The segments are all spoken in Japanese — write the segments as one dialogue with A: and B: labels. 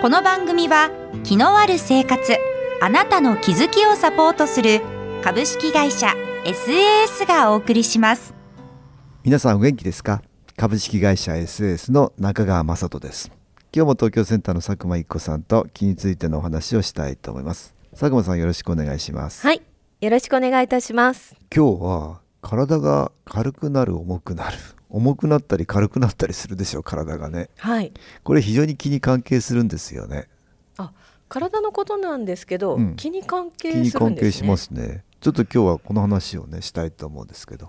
A: この番組は気のある生活あなたの気づきをサポートする株式会社 SAS がお送りします
B: 皆さんお元気ですか株式会社 SS の中川雅人です今日も東京センターの佐久間一子さんと気についてのお話をしたいと思います佐久間さんよろしくお願いします
C: はい、よろしくお願いいたします。
B: 今日は体が軽くなる重くなる重くなったり軽くなったりするでしょう体がね
C: はい。
B: これ非常に気に関係するんですよね
C: あ、体のことなんですけど、
B: うん
C: 気に関係
B: 気に
C: するん
B: 関
C: ですね。
B: 係しますねちょっと今日はこの話をねしたいと思うんですけど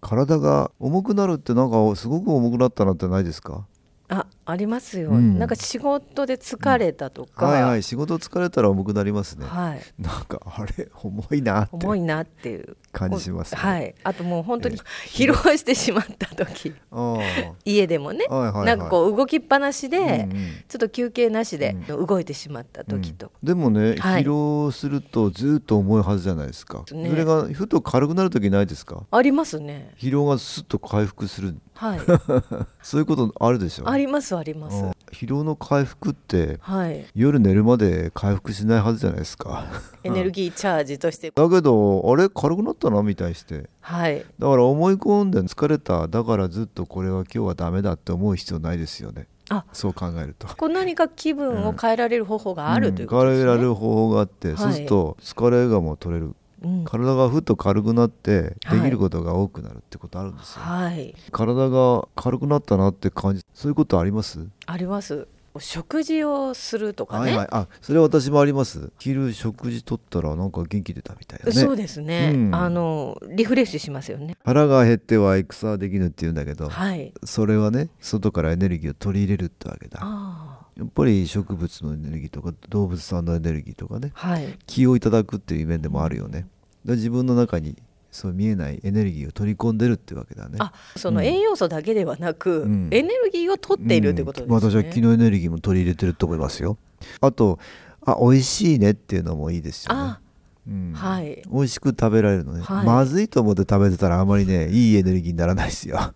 B: 体が重くなるってなんかすごく重くなったなってないですか
C: あ、ありますよ。
B: うん
C: なんか仕事で疲れたとか、
B: はいはい仕事疲れたら重くなりますね
C: はい
B: なんかあれ重いなって
C: 重いなっていう
B: 感じしますね
C: はい。あともう本当に
B: え
C: 疲労してしまった時、
B: ああはい
C: 家でもね、
B: はいはい
C: なんかこう動きっぱなしで、
B: うんうん
C: ちょっと休憩なしで
B: う
C: 動いてしまった時と。
B: うんでもね、
C: はい
B: 疲労するとずっと重いはずじゃないですか、
C: ね
B: それがふと軽くなる時ないですか
C: ありますね。
B: 疲労がすっと回復する
C: はい。
B: そういうことあるでしょ
C: ありますあります。
B: うん疲労の回復って
C: はい。
B: 夜寝るまで回復しないはずじゃないですか
C: エネルギーチャージとして、
B: だけどあれ軽くなったなみたいにして
C: はい。
B: だから思い込んで疲れただからずっとこれは今日はダメだって思う必要ないですよね
C: あ、
B: そう考えると
C: こう何か気分を変えられる方法があるということ
B: うん
C: ですね。
B: 変えられる方法があって、
C: はい
B: そうすると疲れがもう取れる
C: うん
B: 体がふっと軽くなって
C: はい
B: できることが多くなるってことあるんですよ、
C: はい、
B: 体が軽くなったなって感じそういうことあります、
C: あります。食事をするとか
B: は
C: ね。
B: いはいあそれ私もあります昼食事とったらなんか元気出たみたいな
C: そう
B: ね
C: ですね、
B: うん
C: あのリフレッシュしますよね。
B: 腹が減っては戦はできぬって言うんだけど、
C: はい。
B: それはね外からエネルギーを取り入れるってわけだ
C: あ
B: やっぱり植物のエネルギーとか動物さんのエネルギーとかね
C: あ、はい。
B: 気をいただくっていう面でもあるよねだから自分の中にそう見えないエネルギーを取り込んでるってわけだね
C: あ、その栄養素だけではなく、
B: うん
C: エネルギーを取っているということですね。
B: うん私は気のエネルギーも取り入れてると思いますよあとあ美味しいねっていうのもいいですよね
C: あ、
B: うん
C: はい
B: 美味しく食べられるのね、
C: はい
B: まずいと思って食べてたらあまりねいいエネルギーにならないですよ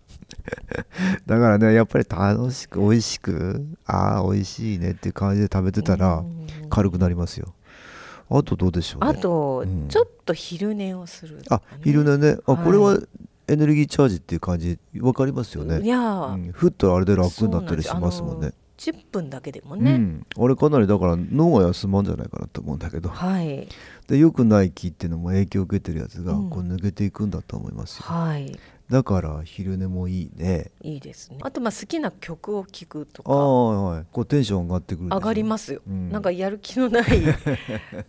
B: だからねやっぱり楽しく美味しくああ美味しいねっていう感じで食べてたら
C: うん
B: 軽くなりますよあとどうでしょうね
C: あと、
B: うん
C: ちょっと昼寝をすると
B: あ
C: かね、
B: 昼寝ねあ
C: はい
B: これはエネルギーチャージっていう感じわかりますよ
C: い
B: ね、
C: や
B: う
C: ー、
B: ん、ふっとあれで楽
C: そう
B: になっ
C: ん
B: た
C: で
B: りしますもん
C: すよ。あ
B: ね
C: の10分だけでもね。
B: うん、あれかなりだから脳が休まんじゃないかなと思うんだけど
C: はい。
B: で良くない気っていうのも影響を受けてるやつが
C: うん
B: こう抜けていくんだと思いますよ、
C: はい。
B: だから昼寝もいいね
C: いいですね。あとまあ好きな曲を聴くと
B: あ
C: か。
B: あはいこうテンション上がってくる
C: 上がりますすよ、
B: うん
C: なんかやる気の ない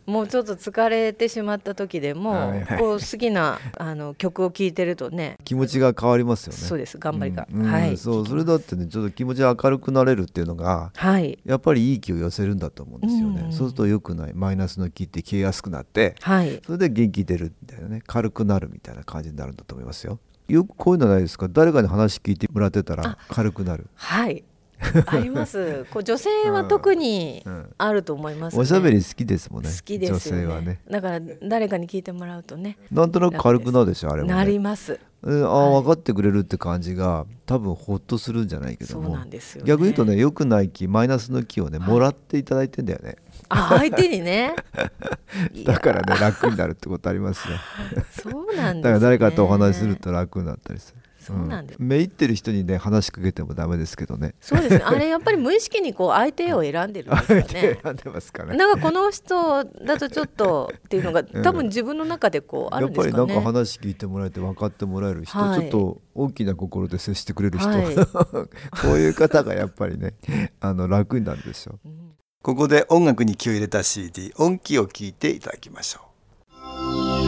C: もうちょっと疲れてしまった時でも、
B: はいはい
C: こう好きなあの曲を聴いてるとね
B: 気持ちが変わりますよね
C: そうです頑張りが、
B: うんうん
C: はい
B: そうそ
C: 聴
B: れ
C: き
B: だってねちょっと気持ち明るくなれるっていうのが
C: はい
B: やっぱりいい気を寄せるんだと思うんですよね、
C: うん
B: そうすると良くないマイナスの気って消えやすくなって
C: はい
B: それで元気出るみたいなね軽くなるみたいな感じになるんだと思いますよよくこういうのないですか誰かに話聞いてもらってたら軽くなる
C: はいありますこう女性は特に
B: うん
C: あると思いますね、
B: おしゃべり好きですもんね
C: 好きですよね
B: 女性はね
C: だから誰かに聞いてもらうとね
B: なんとなく軽くなるでしょあれも、ね、
C: なります
B: うんああ分かってくれるって感じが多分ほっとするんじゃないけど
C: そう
B: も
C: なんですよ、ね、
B: 逆に言うとね良くない気マイナスの気をねもらっていただいてんだよね、
C: あ相手に ねいや
B: だからね楽になるってことありますよ
C: そうなんです、ね、
B: だから誰かとお話しすると楽になったりする
C: そうなんです
B: うめいってる人にね話しかけてもダメですけどね
C: そうですね。あれやっぱり無意識にこう相手を選んでるんですよ
B: 相手
C: ね。
B: 選んでますかね
C: なんかこの人だとちょっとってい うのが多分自分の中でこうあ
B: や
C: る
B: っ
C: んで
B: ぱ
C: す
B: り
C: か
B: なん
C: ね。
B: か話聞いてもらえて分かってもらえる人、
C: はい
B: ちょっと大きな心で接してくれる人、
C: はい
B: こういう方がやっぱりねあの楽になるでしょうここで音楽に気を入れた CD 音気を聞いていただきましょう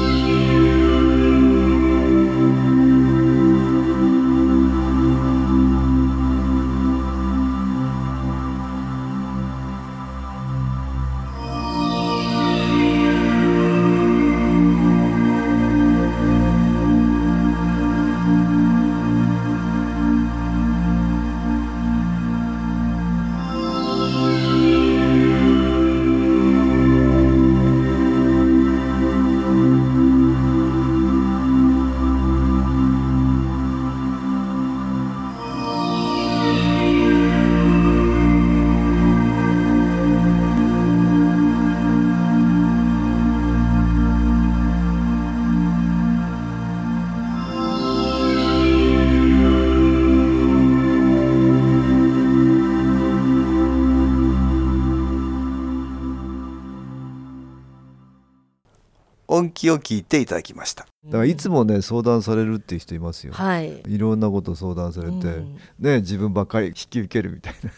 D: 音気を聞いていただきました
C: だ
B: だからいつもね相談されるっていう人いますよ、
C: はい
B: い、ろんなこと相談されて、
C: うん
B: ね自分ばっかり引き受けるみたいな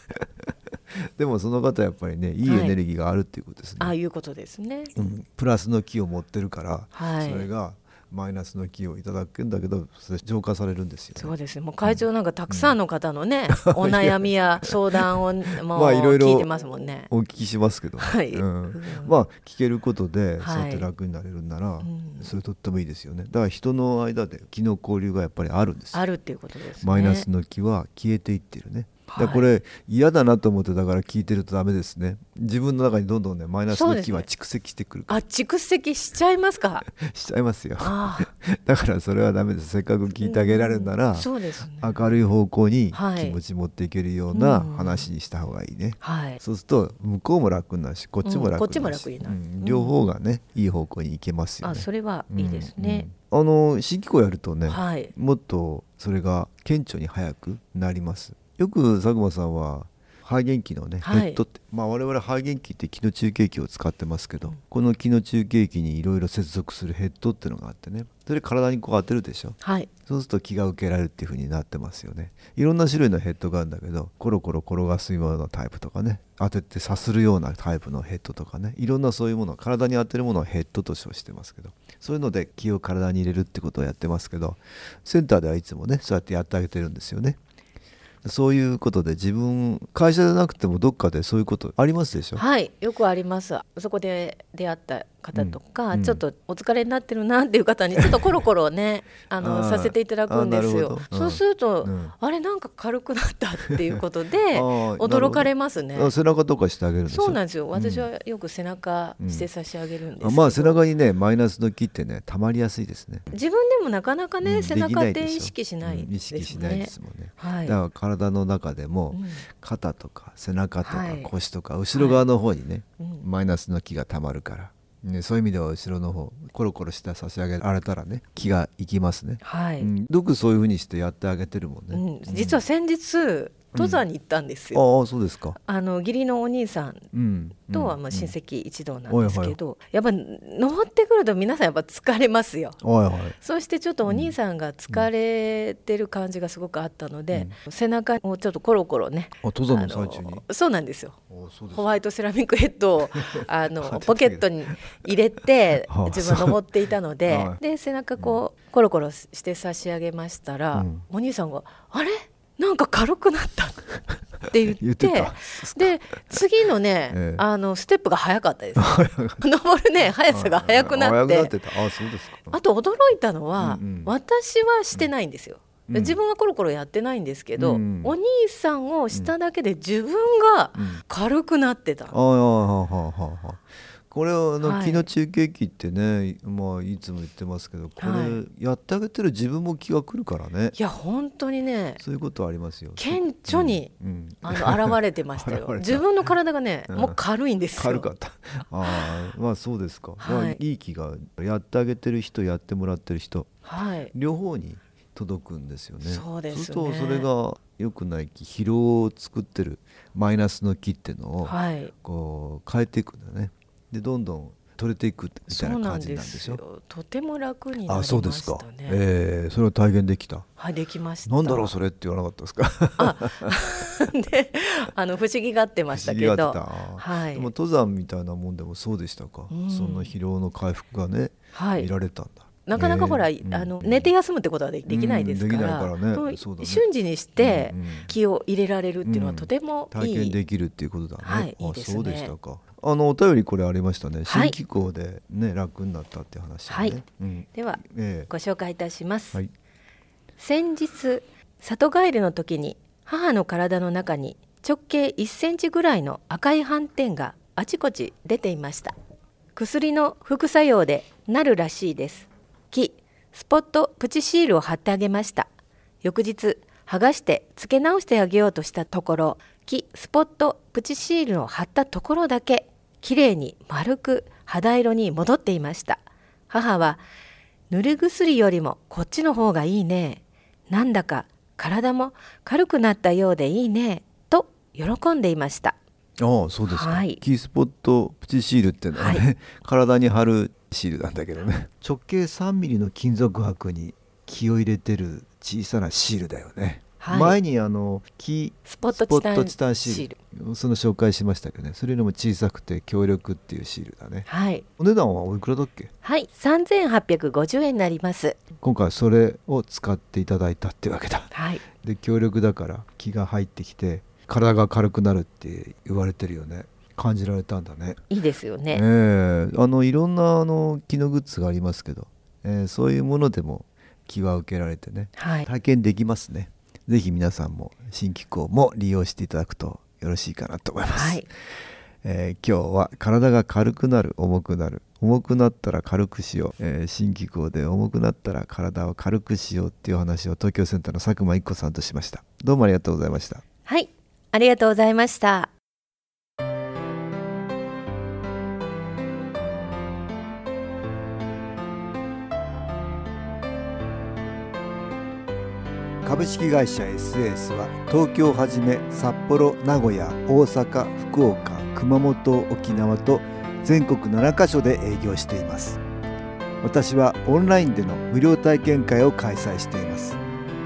B: でもその方やっぱりねいいエネルギーがあるっていうことですね、
C: ああいうことですね
B: うん、プラスの気を持ってるから、
C: はい
B: それがマイナスの気をいただくんだけどそれ浄化されるんですよね、
C: そうですねもう会長なんかたくさんの方のね、お悩 みや相談をもう
B: まあいろいろ
C: 聞いてますもんね。
B: お聞きしますけど、
C: はい
B: うん、まあ聞けることで、
C: はい
B: そうやって楽になれるんなら、
C: ん
B: それとってもいいですよねだから人の間で気の交流がやっぱりあるんですよ
C: あるっていうことですね。
B: マイナスの気は消えていってるね。
C: はい
B: だからこれ嫌だなと思ってだから聞いてるとダメですね。自分の中にどんどんねマイナス
C: そう
B: の
C: です
B: 気
C: ね
B: は蓄積してくるか
C: あ蓄積しちゃいます か。
B: らしちゃいますよ。
C: ああ
B: だからそれはダメです。せっかく聞いてあげられるなら、
C: そうですね。
B: 明るい方向に
C: はい
B: 気持ち持っていけるような
C: うん
B: 話にした方がいいね。
C: はい。
B: そうすると向こうも楽になるしこっちも
C: うん
B: 楽
C: こっち
B: に
C: も
B: なるし、
C: 楽になる
B: うん両方がねいい方向に行けますよね。
C: あそれはいいですね。
B: うん。うんあの新機構やるとね、
C: はい。
B: もっとそれが顕著に早くなりますよく佐久間さんは肺元気のね、
C: はい
B: ネットって、まあ、我々肺元気って気の中継器を使ってますけど、この気の中継器にいろいろ接続するヘッドっていうのがあってねそれ体にこう当てるでしょ
C: はい。
B: そうすると気が受けられるっていう風になってますよねいろんな種類のヘッドがあるんだけどコロコロ転がすようなタイプとかね当ててさするようなタイプのヘッドとかねいろんなそういうもの体に当てるものをヘッドと称してますけどそういうので気を体に入れるってことをやってますけどセンターではいつもねそうやってやってあげてるんですよねそういうことで自分会社じゃなくてもどっかでそういうことありますでしょ、
C: はい、よくありますそこで出会った方とか、
B: うん
C: ちょっとお疲れになってるなっていう方にちょっとコロコロねあの
B: あー
C: させていただくんです
B: あーなる
C: よ
B: ほ、どうん
C: そうすると、
B: うん
C: あれなんか軽くなったっていうことで
B: あー
C: 驚かれますね
B: あ背中とかしてあげるんでしょ
C: そうなんですよ私
B: うん
C: はよく背中して差し上げるんですけど、
B: あまあ背中にねマイナスの気ってね溜まりやすいですね
C: 自分でもなかなかね、
B: うん
C: 背
B: できな
C: 中
B: い
C: で
B: でしょ
C: 意識しない
B: うん意
C: ですね、
B: 識しないですもんね、
C: はい
B: だから体の中でも
C: うん
B: 肩とか背中とか
C: はい
B: 腰とか後ろ側の方にね、
C: うん
B: マイナスの気がたまるから、ね、そういう意味では後ろの方コロコロした差し上げられたらね気がいきますね、
C: はい、
B: うん、よくそういうふうにしてやってあげてるもんね、
C: うん実は先日登山に行ったんですよ、
B: ああそうですか、
C: あの義理のお兄さん
B: うん、
C: とはまあ
B: うん
C: 親戚一同なんですけど、やっぱ登ってくると皆さんやっぱ疲れますよ。
B: はいはい
C: そしてちょっとお兄さんが疲れてる感じがすごくあったので、背中をちょっとコロコロね
B: あ登山の最中
C: あ
B: に
C: のそうなんですよ
B: あそうです
C: ホ
B: か
C: ワイトセラミックヘッド をあ
B: あ出て
C: の
B: きた
C: ポケットに入れて
B: はあ
C: 自分登っていたので、
B: そうはい
C: で背中こうコロコロして差し上げましたら、
B: うん
C: お兄さんが「あれなんか軽くなった」って言って
B: 言ってた
C: で次のね、
B: ええ
C: あのステップが速かった です登るね速さが速くなって。
B: あ速くなってたあそうですか
C: あと驚いたのは、
B: うんうん
C: 私はしてないんですよ、
B: うん
C: 自分はコロコロやってないんですけど、
B: うん
C: お兄さんをしただけで自分が
B: うん
C: 軽くなってた、
B: ああはあはあはあこれはあの、
C: はい
B: 気の中継機ってね、まあ、いつも言ってますけどこれ、
C: は
B: やってあげてる自分も気が来るからね
C: いや本当にね
B: そういうことはありますよ。
C: 顕著に、
B: うんうん
C: あの現れてましたよ
B: 現れた
C: 自分の体がね、
B: うん
C: もう軽いんですよ
B: 軽かったああまあそうですか、
C: はい
B: まあ、いい気がやってあげてる人やってもらってる人
C: はい
B: 両方に届くんですよね。
C: そうですね
B: るとそれが良くない気疲労を作ってるマイナスの気っていうのを、
C: はい
B: こう変えていくんだねでどんどん取れていくみたい
C: そう
B: な
C: な
B: 感
C: ん
B: じ
C: で
B: なんですしょ
C: よとても楽になり
B: あ
C: ま
B: そうです
C: し
B: か
C: た、ね
B: ええそれは体現できた
C: はいできました
B: なんだろうそれって言わなかったですか
C: であの不思議がってましたけ
B: 不思
C: ど
B: 議がってた
C: はい
B: でも登山みたいなもんでもそうでしたか、
C: うん
B: その疲労の回復がね、
C: はい
B: 見られたんだ
C: なかなかほら、
B: ええうん
C: あの寝て休むってことはでできないですから,もう、
B: うんできないからねそうだね
C: 瞬時にして
B: うんうん
C: 気を入れられるっていうのは
B: うん
C: とてもい
B: 体
C: い、
B: 験できるっていうことだね、
C: はい
B: あ
C: いいですね
B: そうでしたかあのお便りこれありましたね
C: はい
B: 新機構でね、楽になったっていう話、ね、
C: はい
B: うん
C: では
B: ええ
C: ご紹介いたします、
B: はい
C: 先日里帰りの時に母の体の中に直径1センチぐらいの赤い斑点があちこち出ていました薬の副作用でなるらしいです木スポットプチシールを貼ってあげました翌日剥がして付け直してあげようとしたところ木スポットプチシールを貼ったところだけきれいに丸く肌色に戻っていました母は塗り薬よりもこっちの方がいいねなんだか体も軽くなったようでいいねと喜んでいました
B: ああそうですか、
C: はい
B: キースポットプチシールっていうのはね、
C: は
B: 体に貼るシールなんだけどね直径3ミリの金属箔に気を入れてる小さなシールだよね、
C: はい
B: 前にあのキ
C: スポット
B: スポ
C: チタ
B: ッ
C: ン
B: トチタンシールその紹介しましたけどねそれよりも小さくて強力っていうシールだね
C: はい
B: お値段はおいくらだっけ
C: はい3850円になります
B: 今回はそれを使っていただいたってわけだ
C: はい
B: で強力だから気が入ってきて体が軽くなるって言われてるよね感じられたんだね
C: いいですよね
B: ええあのいろんなあの機能グッズがありますけど、えーそういうものでも気は受けられてね
C: はい
B: 体験できますねぜひ皆さんも新機構も利用していただくとよろしいかなと思います、
C: はい
B: えー今日は体が軽くなる重くなる重くなったら軽くしよう、えー新機構で重くなったら体を軽くしようっていうお話を東京センターの佐久間一子さんとしましたどうもありがとうございました
C: はいありがとうございました
D: 株式会社 SS は東京をはじめ札幌名古屋大阪福岡熊本沖縄と全国7カ所で営業しています私はオンラインでの無料体験会を開催しています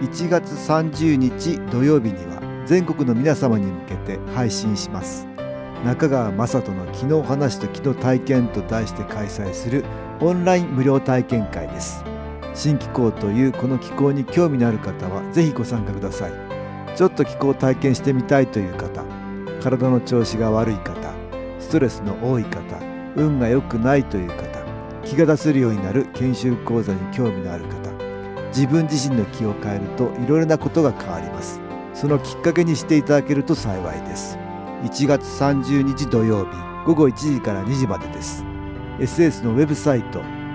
D: 1月30日土曜日には全国の皆様に向けて配信します中川雅人の「昨日話と昨日体験」と題して開催するオンライン無料体験会です新機構というこの機構に興味のある方はぜひご参加くださいちょっと気候を体験してみたいという方体の調子が悪い方ストレスの多い方運が良くないという方気が出せるようになる研修講座に興味のある方自分自身の気を変えるといろいろなことが変わりますそのきっかけにしていただけると幸いです1月30日土曜日午後1時から2時までです SS のウェブサイト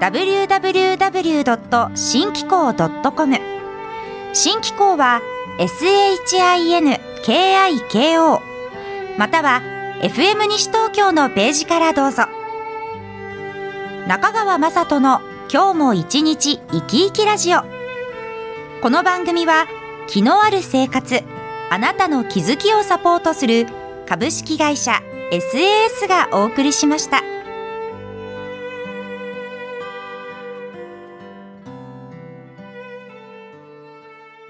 A: www. 新機構 .com 新機構は SHINKIKO または FM 西東京のページからどうぞ中川雅人の今日も一日生き生きラジオこの番組は気のある生活あなたの気づきをサポートする株式会社 SAS がお送りしました。